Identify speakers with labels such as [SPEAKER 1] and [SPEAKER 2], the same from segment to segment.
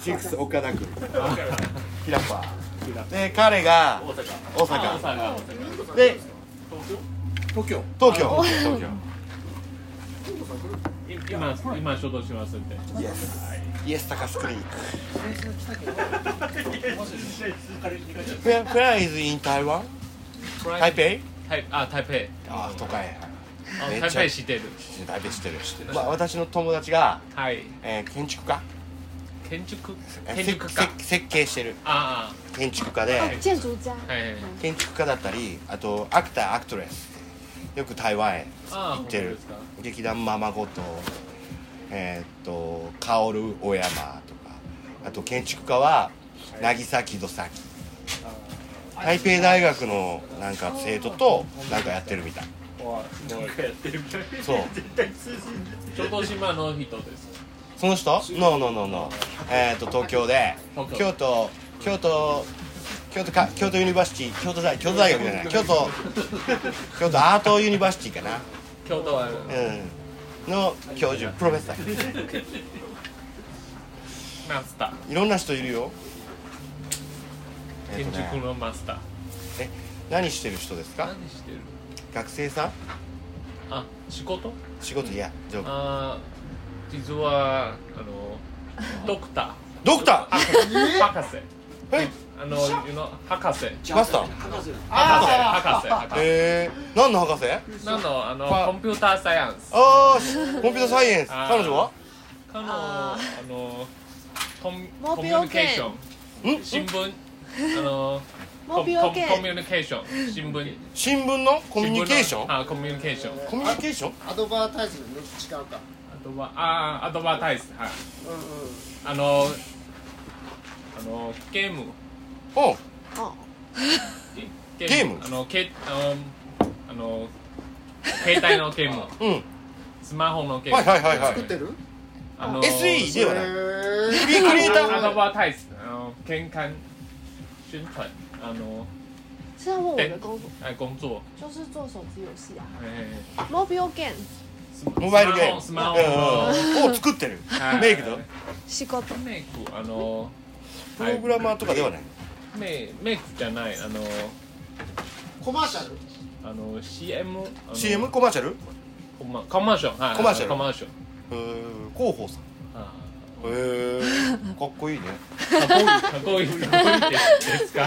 [SPEAKER 1] シックス岡田君平子は
[SPEAKER 2] 平子
[SPEAKER 1] で彼が
[SPEAKER 3] 大阪
[SPEAKER 1] 大
[SPEAKER 3] 大
[SPEAKER 1] 阪
[SPEAKER 3] 阪
[SPEAKER 1] で
[SPEAKER 2] 東京
[SPEAKER 1] 東京東
[SPEAKER 3] 今今所動しますんで
[SPEAKER 1] 京イエスイエス高須クリニックフェフェアイズイン台湾台北
[SPEAKER 3] 台あ台北
[SPEAKER 1] ああ都会
[SPEAKER 3] あ
[SPEAKER 1] めっちゃ
[SPEAKER 3] 台北知ってる
[SPEAKER 1] 台北知ってる知ってる、まあ、私の友達が、
[SPEAKER 3] はい
[SPEAKER 1] えー建築家
[SPEAKER 3] 建築
[SPEAKER 1] えー
[SPEAKER 3] 建築
[SPEAKER 1] せ
[SPEAKER 3] 家
[SPEAKER 1] せ設計してる
[SPEAKER 3] あ
[SPEAKER 1] 建築家で
[SPEAKER 4] 哎建筑家。
[SPEAKER 3] あはい
[SPEAKER 1] 建築家だったりあとアクターアクトレスよく台湾へ
[SPEAKER 3] ああ
[SPEAKER 1] 行って
[SPEAKER 3] 本当
[SPEAKER 1] る
[SPEAKER 3] ですか
[SPEAKER 1] 劇団ままごとえーっと薫小山とかあと建築家は渚木戸崎台北大学のなんか生徒となんかやってるみたいそう
[SPEAKER 3] 小豆島の人です
[SPEAKER 1] その人ののののえーっと東京で
[SPEAKER 3] 東京
[SPEAKER 1] 京都京都京都か京都ユニバーシティ京都大京都大学じゃない京 都京都アートユニバーシティかな
[SPEAKER 3] 京都は
[SPEAKER 1] うんの教授プロフェッサー
[SPEAKER 3] マスタ
[SPEAKER 1] いろんな人いるよ
[SPEAKER 3] ー建築
[SPEAKER 1] えっとね
[SPEAKER 3] のマスター
[SPEAKER 1] え何してる人ですか
[SPEAKER 3] 何してる
[SPEAKER 1] 学生さん
[SPEAKER 3] あ仕事
[SPEAKER 1] 仕事いやじゃあ
[SPEAKER 3] あー実はあのドクタ
[SPEAKER 1] ドクタ
[SPEAKER 3] ー博士
[SPEAKER 1] ーえ
[SPEAKER 3] あの you know 博士
[SPEAKER 1] マスター
[SPEAKER 3] 博士博士
[SPEAKER 1] えー、何の博士
[SPEAKER 3] なのあの
[SPEAKER 1] パ
[SPEAKER 3] コンピューターサイエンス
[SPEAKER 1] ああコンピューターサイエンス
[SPEAKER 3] あー
[SPEAKER 1] 彼女は
[SPEAKER 3] 彼女あ
[SPEAKER 4] あ
[SPEAKER 3] のコン
[SPEAKER 4] もう
[SPEAKER 3] コミュニケーショ
[SPEAKER 1] ん
[SPEAKER 3] ン新聞あの
[SPEAKER 4] 毛
[SPEAKER 3] コミ
[SPEAKER 4] 病
[SPEAKER 3] コミコ
[SPEAKER 4] 犬
[SPEAKER 3] ミ。ュニケーション新聞
[SPEAKER 1] 新聞のコミュニケーショ
[SPEAKER 3] 新聞
[SPEAKER 1] ン
[SPEAKER 3] のあコミュニケーション
[SPEAKER 1] コミュニケーション
[SPEAKER 2] アドバータイジングの違うか
[SPEAKER 3] あとはあーアドバタイスはい
[SPEAKER 2] うんうん
[SPEAKER 3] あのあのゲーム
[SPEAKER 1] おう
[SPEAKER 4] 哦，
[SPEAKER 3] ゲ
[SPEAKER 1] ゲーム
[SPEAKER 3] あのけあのあの携帯の ゲーム
[SPEAKER 1] うん
[SPEAKER 3] スマホのゲーム
[SPEAKER 1] はいはいはいはい
[SPEAKER 2] 作ってる
[SPEAKER 3] あの
[SPEAKER 1] SE ではない
[SPEAKER 2] へ
[SPEAKER 1] フリークリエイタ
[SPEAKER 3] アド
[SPEAKER 1] ー
[SPEAKER 3] バタイスあの健康宣传啊の
[SPEAKER 4] 是要问我的工作，
[SPEAKER 3] 哎工作
[SPEAKER 4] 就是做手机游戏啊
[SPEAKER 3] 哎
[SPEAKER 4] ，mobile game。
[SPEAKER 1] モバイルゲーム
[SPEAKER 3] スマホスマホ
[SPEAKER 1] うんうんを作ってる
[SPEAKER 3] はい
[SPEAKER 1] メイクだ
[SPEAKER 4] 仕事。
[SPEAKER 3] メイクあの
[SPEAKER 1] プログラマーとかではない
[SPEAKER 3] メメイクじゃないあの
[SPEAKER 2] コマーシャル
[SPEAKER 3] あの CM あの
[SPEAKER 1] CM コマーシャルう
[SPEAKER 3] コマコマーションはい
[SPEAKER 1] コマーシャル
[SPEAKER 3] コマーション
[SPEAKER 1] ーん広報さん
[SPEAKER 3] あ
[SPEAKER 1] へえー、かっこい いね
[SPEAKER 3] ーかっこいいかっこいいかっこいいってですか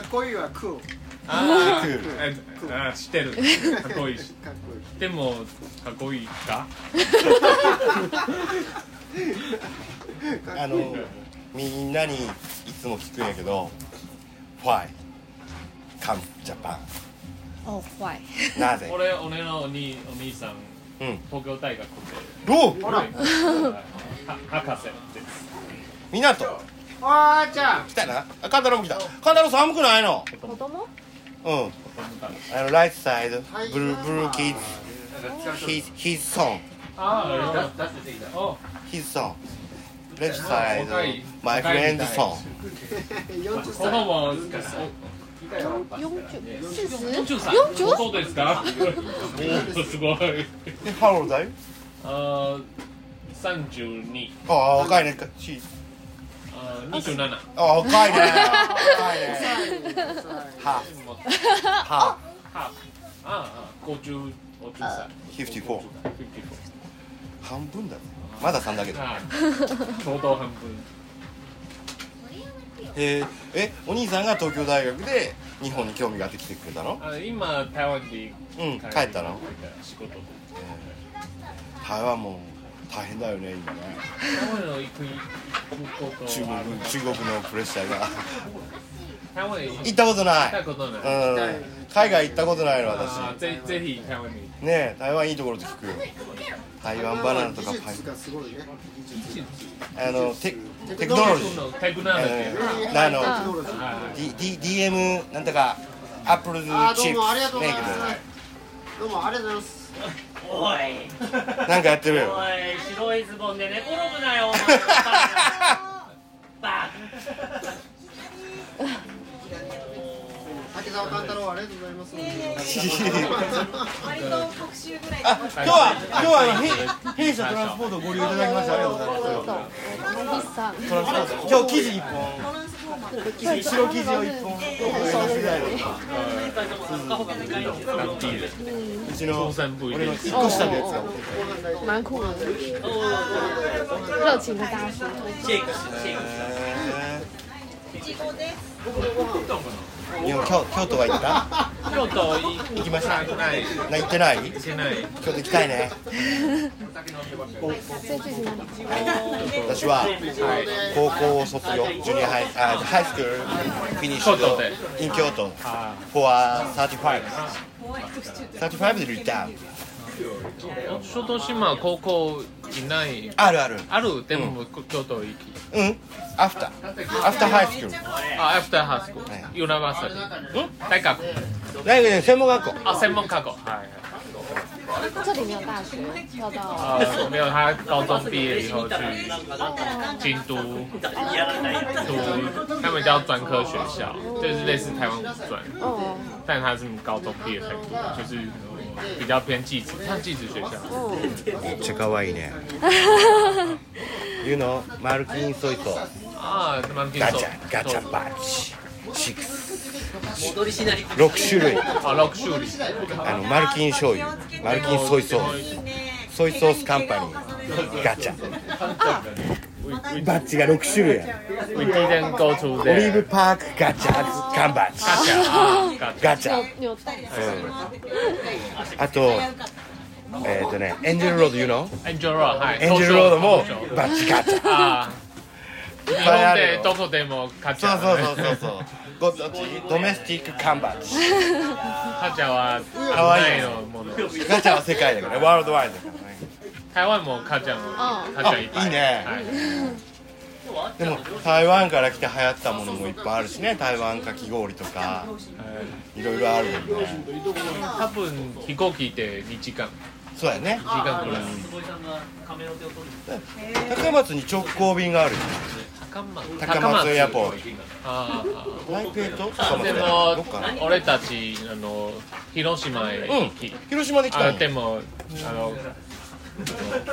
[SPEAKER 2] かっこいいはクール
[SPEAKER 3] あ
[SPEAKER 1] ク
[SPEAKER 3] ー
[SPEAKER 1] ール
[SPEAKER 3] えあ知ってるかっこいいし
[SPEAKER 2] かっこいい
[SPEAKER 3] でもかっこいいか
[SPEAKER 1] あのみんなにいつも聞くんやけど「Why come Japan
[SPEAKER 4] 哦，坏。」
[SPEAKER 1] なぜ
[SPEAKER 3] 俺俺のお兄お兄さん
[SPEAKER 1] うん
[SPEAKER 3] 東京大学で
[SPEAKER 1] お
[SPEAKER 2] ほら
[SPEAKER 3] はいは博士です
[SPEAKER 1] 港
[SPEAKER 2] あーちゃん
[SPEAKER 1] 来たなあカンタロウも来たカンタロウ寒くないの
[SPEAKER 4] 我都摸。
[SPEAKER 1] うん
[SPEAKER 3] 子供たち
[SPEAKER 1] あのライトサイド
[SPEAKER 2] タイガ
[SPEAKER 1] ブルーブルーキッズ
[SPEAKER 5] ヒ
[SPEAKER 1] his his song
[SPEAKER 3] あ
[SPEAKER 5] 出しててきた
[SPEAKER 3] あお
[SPEAKER 1] his song レフトサイド my friend's song
[SPEAKER 2] 40
[SPEAKER 3] 子
[SPEAKER 2] 歳
[SPEAKER 3] 供を
[SPEAKER 5] よ
[SPEAKER 4] 永久四
[SPEAKER 3] 四
[SPEAKER 4] 十
[SPEAKER 3] 十歳
[SPEAKER 4] 永久。
[SPEAKER 3] そうですかおおすごい
[SPEAKER 1] えハローだよ
[SPEAKER 3] あ三十二
[SPEAKER 1] ああ若いねし
[SPEAKER 3] あ二十七
[SPEAKER 1] ああ若いね若いねハーフハ
[SPEAKER 3] ハーフああ五十五十歳
[SPEAKER 1] ーフ54
[SPEAKER 3] 54
[SPEAKER 1] 半分だねまだ3だけど
[SPEAKER 3] はいちょうど半分
[SPEAKER 1] えーえお兄さんが東京大学で日本に興味があって来てくれたの
[SPEAKER 3] あ今台湾に
[SPEAKER 1] うん帰ったの
[SPEAKER 3] 仕事で
[SPEAKER 1] 台湾も大変だよね今ね
[SPEAKER 3] 台湾の行く行くこと
[SPEAKER 1] 中国
[SPEAKER 3] ある
[SPEAKER 1] 中国のプレッシャーが
[SPEAKER 3] 台湾へ行
[SPEAKER 1] 行ったことな
[SPEAKER 3] った
[SPEAKER 1] い、
[SPEAKER 3] ことな
[SPEAKER 1] う
[SPEAKER 3] い
[SPEAKER 1] ん、海外行ったことないの私
[SPEAKER 3] あぜぜひ台湾に
[SPEAKER 1] ねえ台湾いいところって聞くよ台湾バナナとか
[SPEAKER 2] 技
[SPEAKER 1] パイ
[SPEAKER 2] 術がすごいね技術
[SPEAKER 1] あのテテ
[SPEAKER 2] テ
[SPEAKER 1] ク
[SPEAKER 2] ク
[SPEAKER 1] ノ
[SPEAKER 2] ノ
[SPEAKER 1] ロ
[SPEAKER 2] ロ
[SPEAKER 1] ジ
[SPEAKER 2] ジ
[SPEAKER 1] ー、
[SPEAKER 3] テクノロジー
[SPEAKER 1] え
[SPEAKER 2] あ
[SPEAKER 1] あの
[SPEAKER 2] テクノロジー
[SPEAKER 3] はい
[SPEAKER 1] D D DM なんとかアップルチ
[SPEAKER 2] あーどう
[SPEAKER 1] ッ
[SPEAKER 2] もありがと
[SPEAKER 1] プ
[SPEAKER 2] う
[SPEAKER 1] ねえ
[SPEAKER 2] ござ
[SPEAKER 1] け
[SPEAKER 2] い
[SPEAKER 1] ど
[SPEAKER 2] ますどうもありがとうございます
[SPEAKER 5] おい
[SPEAKER 1] なんかやってるよ
[SPEAKER 5] おい白いズボンで寝転ぶなよお前バ
[SPEAKER 2] 竹澤勘太郎ありがとうございます
[SPEAKER 6] 割と特集ぐらい
[SPEAKER 1] あ今日は今日は弊弊社トランスポートをご利用いただきましてありがとうございます
[SPEAKER 4] さん。
[SPEAKER 1] トランスポーター今日生地一
[SPEAKER 6] ト
[SPEAKER 1] 本
[SPEAKER 6] ランスフォーマー。
[SPEAKER 1] 白生地を一本うちの俺の一個下のやつが持ってて
[SPEAKER 4] 蛮酷的，热情的大叔。
[SPEAKER 5] シェイクしてシェイクして
[SPEAKER 1] へ
[SPEAKER 6] いちごです。
[SPEAKER 1] ーいや京京都は行った
[SPEAKER 3] 京都い行
[SPEAKER 1] 行きました
[SPEAKER 3] ない行
[SPEAKER 1] な行ってない
[SPEAKER 3] けない
[SPEAKER 1] 京都行きたいね
[SPEAKER 4] 所以最近哪里？
[SPEAKER 1] 私は
[SPEAKER 3] はい
[SPEAKER 1] 高校を卒業ジュニアハイあハイスクールフィニッシュ
[SPEAKER 3] 京都で
[SPEAKER 1] in 京都
[SPEAKER 3] あ
[SPEAKER 1] for 35 35でリターン
[SPEAKER 3] ー小豆島高校いない
[SPEAKER 1] あるある
[SPEAKER 3] あるでも京都行き
[SPEAKER 1] うんアフターアフターハイスクール
[SPEAKER 3] あ、アフターハースクー
[SPEAKER 1] はい
[SPEAKER 3] ル、ユナバーサリー、うん大学、
[SPEAKER 1] 大学ね専門学校
[SPEAKER 3] あ、専門学校、はい
[SPEAKER 4] 这里没有大学，要到
[SPEAKER 3] はい。あ、没有他高中毕业以后去京都读，他们叫专科学校，就是类似台湾五专，
[SPEAKER 4] 哦
[SPEAKER 3] 但他是高中毕业才读，就是比较偏技职，像技职学校。
[SPEAKER 4] 哦，
[SPEAKER 1] めっちゃ可愛い ね You know マルキンソイソー
[SPEAKER 3] 啊，蛮偏
[SPEAKER 1] ガ
[SPEAKER 3] 手
[SPEAKER 1] チャガチャバチ6
[SPEAKER 5] 戻りしない
[SPEAKER 1] 種類
[SPEAKER 3] あ、ロック修理。
[SPEAKER 1] あのマルキン醤油マルキンソイソースソイソースカンパニーガチャバッジが6種類や
[SPEAKER 3] We didn't go to
[SPEAKER 1] オリーブ
[SPEAKER 3] there.
[SPEAKER 1] パークガチャ缶バッジ
[SPEAKER 3] ガチ
[SPEAKER 1] ガチャ
[SPEAKER 3] ャ、あガチャ。
[SPEAKER 4] 有有带
[SPEAKER 1] あとえっ、とねエンジェルロード You know
[SPEAKER 3] エンジェルロード、はい。
[SPEAKER 1] エンジェルロードもバッジガチャ
[SPEAKER 3] あー
[SPEAKER 1] いっぱいあるよ
[SPEAKER 3] 日本でどこでもカチ
[SPEAKER 1] そう
[SPEAKER 3] ャ
[SPEAKER 1] そうそうそうそうごどっちドメスティック缶バッジ
[SPEAKER 3] カチャは危ないのもの
[SPEAKER 1] ガチャは世界だからねワールドワイドだからね
[SPEAKER 3] 台湾もカチャ
[SPEAKER 4] う
[SPEAKER 3] も
[SPEAKER 4] ん
[SPEAKER 3] カチャいっぱい
[SPEAKER 1] あいいね
[SPEAKER 3] はい
[SPEAKER 1] でも台湾から来て流行ったものもいっぱいあるしね台湾かき氷とかいろいろあるもんね
[SPEAKER 3] 多分飛行機で2時間
[SPEAKER 1] そうやね
[SPEAKER 3] 時間ぐらい
[SPEAKER 1] 高松に直行便があるよ
[SPEAKER 3] 高松
[SPEAKER 1] 高松エアポート
[SPEAKER 3] あー
[SPEAKER 1] 台北と
[SPEAKER 3] あ
[SPEAKER 1] 高
[SPEAKER 3] ー
[SPEAKER 1] 松
[SPEAKER 3] で
[SPEAKER 1] や
[SPEAKER 3] も
[SPEAKER 1] どっかな
[SPEAKER 3] 俺たちあの広島へ行き
[SPEAKER 1] 広島で来た
[SPEAKER 3] あ
[SPEAKER 1] の
[SPEAKER 3] でもあの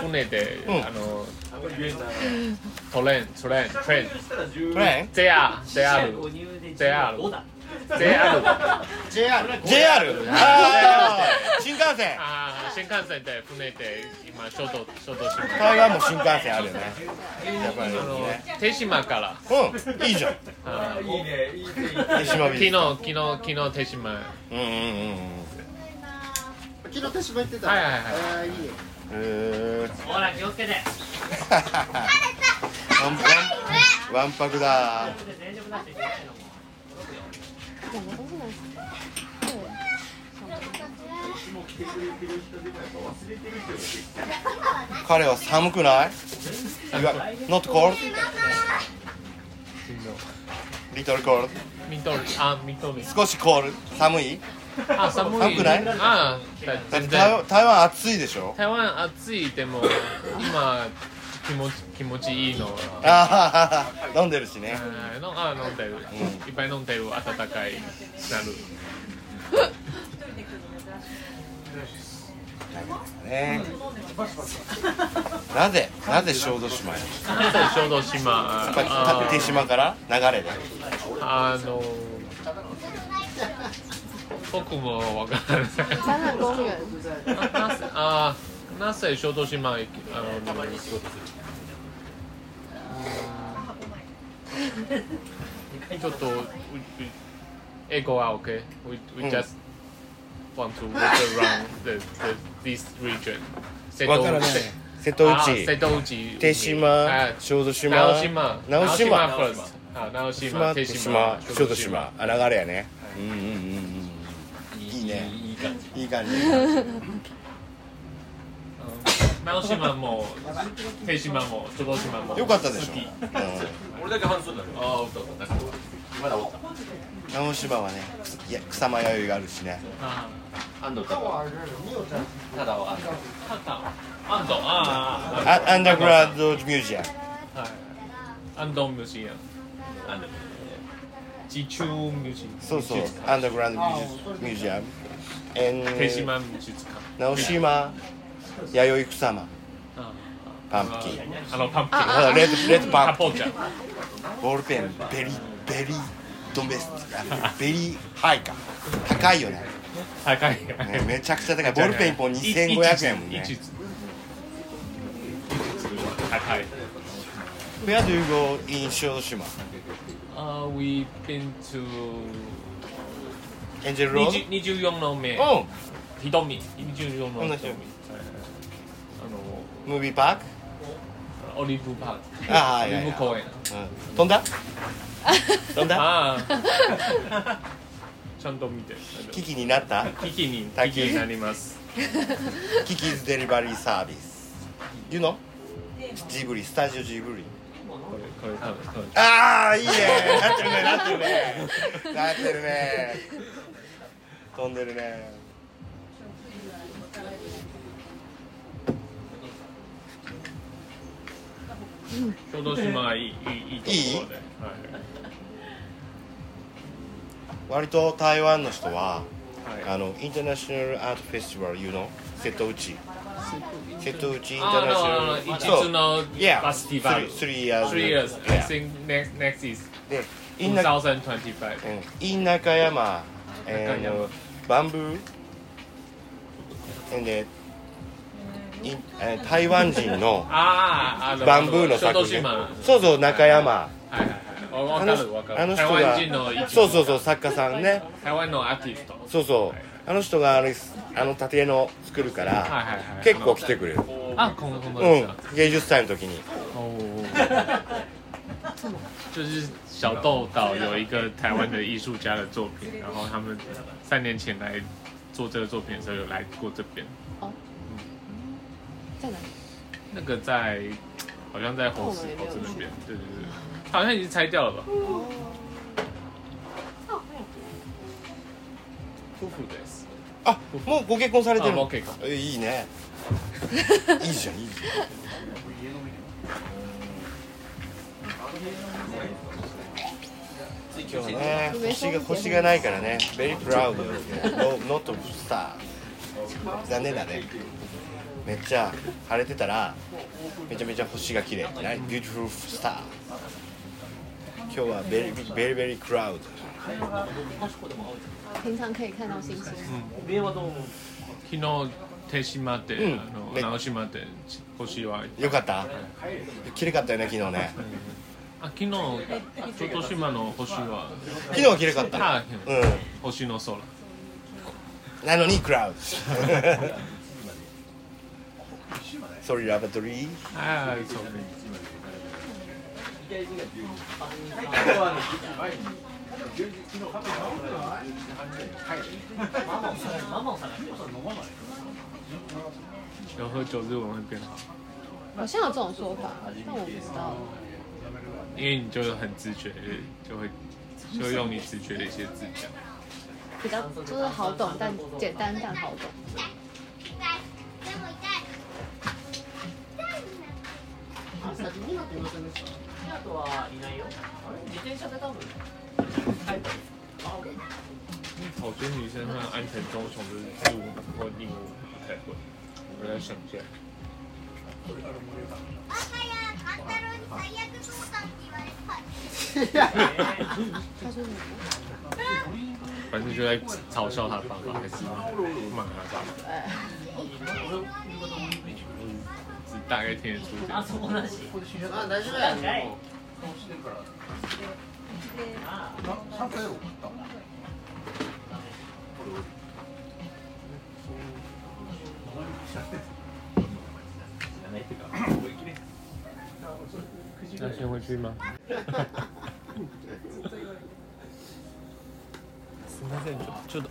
[SPEAKER 3] 船で
[SPEAKER 1] うん
[SPEAKER 3] あのトレイントレイントレイン
[SPEAKER 1] トレイン
[SPEAKER 3] JR JR JR JR
[SPEAKER 1] JR JR あー新幹線
[SPEAKER 3] あー新幹線で船で今ちょっとちょっとしました
[SPEAKER 1] 台湾も新幹線あるよねやっぱり
[SPEAKER 3] あの
[SPEAKER 1] ね
[SPEAKER 3] 手島から
[SPEAKER 1] うんいいじゃん
[SPEAKER 3] あー
[SPEAKER 1] 手島
[SPEAKER 3] 昨日
[SPEAKER 1] 便
[SPEAKER 3] 昨日昨日手島は
[SPEAKER 1] うんうんうんうん
[SPEAKER 2] 昨日手島行ってた
[SPEAKER 3] はいはいはい
[SPEAKER 2] あーいいよ
[SPEAKER 1] へー
[SPEAKER 5] ほら気をつけて
[SPEAKER 1] わんわんわんぱくだ
[SPEAKER 5] 全力出していけないのも
[SPEAKER 4] 两个都是男生。嗯
[SPEAKER 1] 彼は寒くない You are Not cold? Little cold?
[SPEAKER 3] 緑あ緑
[SPEAKER 1] 少し cold? 寒い
[SPEAKER 3] あ寒い
[SPEAKER 1] 寒くない
[SPEAKER 3] あー
[SPEAKER 1] だっ
[SPEAKER 3] 全
[SPEAKER 1] て台
[SPEAKER 3] 然
[SPEAKER 1] 湾台湾暑いでしょ
[SPEAKER 3] 台湾暑いでも今気持ち気持ちいいのは
[SPEAKER 1] ああ飲んでるしね
[SPEAKER 3] あーのあー飲んでるいっぱい飲んでる暖かいなる
[SPEAKER 1] ねなぜなぜ小豆島へ
[SPEAKER 3] なんで小豆島
[SPEAKER 1] やっぱ
[SPEAKER 3] あ
[SPEAKER 1] り
[SPEAKER 3] ー
[SPEAKER 1] 手島から流れで
[SPEAKER 3] あの僕もわからない。
[SPEAKER 4] 展览公园，
[SPEAKER 3] なぜあーなぜ小豆島行きあのちょっと we- we- 英語は OK。We we
[SPEAKER 1] うん
[SPEAKER 3] just want to walk around the the this region。瀬
[SPEAKER 1] わからない瀬戸
[SPEAKER 3] あ瀬
[SPEAKER 1] 内
[SPEAKER 3] 戸内
[SPEAKER 1] 手島
[SPEAKER 3] あ
[SPEAKER 1] 小豆島
[SPEAKER 3] 直島
[SPEAKER 1] 直島
[SPEAKER 3] first あ直島
[SPEAKER 1] 島
[SPEAKER 3] 手
[SPEAKER 1] 手島小豆島あ流れやねうんうんうんうんいいね
[SPEAKER 3] いい感じ
[SPEAKER 1] いい感じ
[SPEAKER 3] 直島も手島も小豆島も
[SPEAKER 1] よかったでしょ、
[SPEAKER 3] 好き
[SPEAKER 1] う
[SPEAKER 7] 俺だけ半数になる
[SPEAKER 3] ああそうだそうだ
[SPEAKER 1] ん、直島はねくすいや草間弥生があるしね
[SPEAKER 3] あ
[SPEAKER 7] 安藤太郎ただは安藤
[SPEAKER 3] ーカタン安藤あー
[SPEAKER 1] あアンダーグラウンドミュージアム
[SPEAKER 3] はい安藤ミュージアム
[SPEAKER 7] 安藤
[SPEAKER 3] 地中ミュージアム
[SPEAKER 1] そうそうアンダーグラウンドミュージアム and
[SPEAKER 3] 手島美術館
[SPEAKER 1] 直島弥生草間
[SPEAKER 3] あー
[SPEAKER 1] パンプキン
[SPEAKER 3] あのパンプキン
[SPEAKER 1] あレッドレッドパン
[SPEAKER 3] カ
[SPEAKER 1] プキン
[SPEAKER 3] ポーチャ
[SPEAKER 1] ボールペンベリベリドメスティックベリハイか高いよね
[SPEAKER 3] 高い
[SPEAKER 1] ねめちゃくちゃ高いボールペン1本2500円もんね
[SPEAKER 3] 一つ高い
[SPEAKER 1] Where do you go in 小豆島
[SPEAKER 3] Uh, we've been to
[SPEAKER 1] エンジェルロー
[SPEAKER 3] 20 24の目
[SPEAKER 1] ドうん
[SPEAKER 3] ひどみ24の
[SPEAKER 1] こんな
[SPEAKER 3] 瞳
[SPEAKER 1] 瞳
[SPEAKER 3] はいあ
[SPEAKER 1] ムービーパーク
[SPEAKER 3] のオリーブパーク
[SPEAKER 1] ああ
[SPEAKER 3] オ
[SPEAKER 1] い
[SPEAKER 3] リ
[SPEAKER 1] や
[SPEAKER 3] ー
[SPEAKER 1] い
[SPEAKER 3] ブ
[SPEAKER 1] や、
[SPEAKER 3] 公園
[SPEAKER 1] うん、飛んだ飛んだ
[SPEAKER 3] ああ ちゃんと見て
[SPEAKER 1] 危機になった
[SPEAKER 3] 危機に
[SPEAKER 1] 滝
[SPEAKER 3] 危機になります
[SPEAKER 1] キキズデリバリーサービス。You know? ジブリ、スタジオジブリ。
[SPEAKER 3] これこれ多分多分
[SPEAKER 1] ああ、いいね。なってるね、なってるね。なってるね。飛んでるね。
[SPEAKER 3] 小豆島はいいいいいいところで
[SPEAKER 1] 割と台湾の人は、
[SPEAKER 3] はいはい
[SPEAKER 1] あの、インターナショナルアートフェスティバル、you know? 瀬戸内。瀬戸内インターナシ
[SPEAKER 3] あ
[SPEAKER 1] ョナ
[SPEAKER 3] の
[SPEAKER 1] ル。
[SPEAKER 3] 一つの
[SPEAKER 1] Yeah,
[SPEAKER 3] バスティバル
[SPEAKER 1] three- three years.
[SPEAKER 3] Three years I
[SPEAKER 1] Yeah.
[SPEAKER 3] think next next is
[SPEAKER 1] で、インナ
[SPEAKER 3] 2025
[SPEAKER 1] うんインナカヤマ、え
[SPEAKER 3] 中
[SPEAKER 1] ー
[SPEAKER 3] 山
[SPEAKER 1] の、バンブー、えーで、インえー台湾人の
[SPEAKER 3] あああの
[SPEAKER 1] バンブーの
[SPEAKER 3] 小
[SPEAKER 1] 作
[SPEAKER 3] 豆
[SPEAKER 1] 品
[SPEAKER 3] 島、
[SPEAKER 1] そうそう中山、
[SPEAKER 3] はいはいはいわかるわかる
[SPEAKER 1] あの人
[SPEAKER 3] 台
[SPEAKER 1] が
[SPEAKER 3] 湾人の一部
[SPEAKER 1] そうそうそう作家さんね、
[SPEAKER 3] 台湾のアーティスト
[SPEAKER 1] そうそ
[SPEAKER 3] はいう
[SPEAKER 1] あの人があれあの建物を作るか
[SPEAKER 3] はい
[SPEAKER 1] ら
[SPEAKER 3] はいはい
[SPEAKER 1] 結構来てくれる。
[SPEAKER 3] あこんこんばん
[SPEAKER 1] う
[SPEAKER 3] です
[SPEAKER 1] ん芸術祭の時に、
[SPEAKER 3] 就是小豆岛有一个台湾的艺术家的作品，然后他们三年前来做这个作品的时候有来过这边。
[SPEAKER 4] 在哪里？
[SPEAKER 3] 那个在好像在红石头这边，对对对，好像已经拆掉了吧？
[SPEAKER 1] 哦
[SPEAKER 3] 哦夫妇的是
[SPEAKER 1] あもうご結婚されてる
[SPEAKER 3] あも
[SPEAKER 1] の
[SPEAKER 3] う結婚
[SPEAKER 1] えいい ねいいじゃんいいじ
[SPEAKER 7] 追
[SPEAKER 1] ゃ
[SPEAKER 7] 求
[SPEAKER 1] ん
[SPEAKER 7] して
[SPEAKER 1] 今
[SPEAKER 7] い
[SPEAKER 1] 日
[SPEAKER 7] く
[SPEAKER 1] ね星が星がないからね very proud no not star 残念だねめっちゃ晴れてたらめちゃめちゃ星が綺麗ない beautiful star 今日は very very very cloud
[SPEAKER 4] 平常可以看到星星。
[SPEAKER 3] 昨日手島で、
[SPEAKER 1] うん
[SPEAKER 3] あの
[SPEAKER 1] ね
[SPEAKER 3] 直島で星は
[SPEAKER 1] よかった綺麗かったよね昨日ね
[SPEAKER 3] あ昨日小豆島の星は
[SPEAKER 1] 昨日は綺麗かった
[SPEAKER 3] あ
[SPEAKER 1] う
[SPEAKER 3] 星の空
[SPEAKER 1] んなのにクラウド ソリラバトリー
[SPEAKER 3] ああそうね有喝酒日文会变好，
[SPEAKER 4] 好像有这种说法，但我不知道。
[SPEAKER 3] 因为你就是很直觉，就会就会用你直觉的一些字讲。
[SPEAKER 4] 比较就是好懂，但简单但好懂。
[SPEAKER 5] あとはいないよ。あれ自転車で多分。
[SPEAKER 3] 好多女生和安藤忠雄的日文或英文不太会，我来想一下。
[SPEAKER 4] 他说什么？
[SPEAKER 3] 反正就在嘲笑他爸爸，还是骂他爸爸，只大概听得出这样
[SPEAKER 5] あ。そこなし。
[SPEAKER 2] あ大丈夫や
[SPEAKER 5] はい
[SPEAKER 2] も
[SPEAKER 3] 那先回去吗？すみません、ちょちょっと。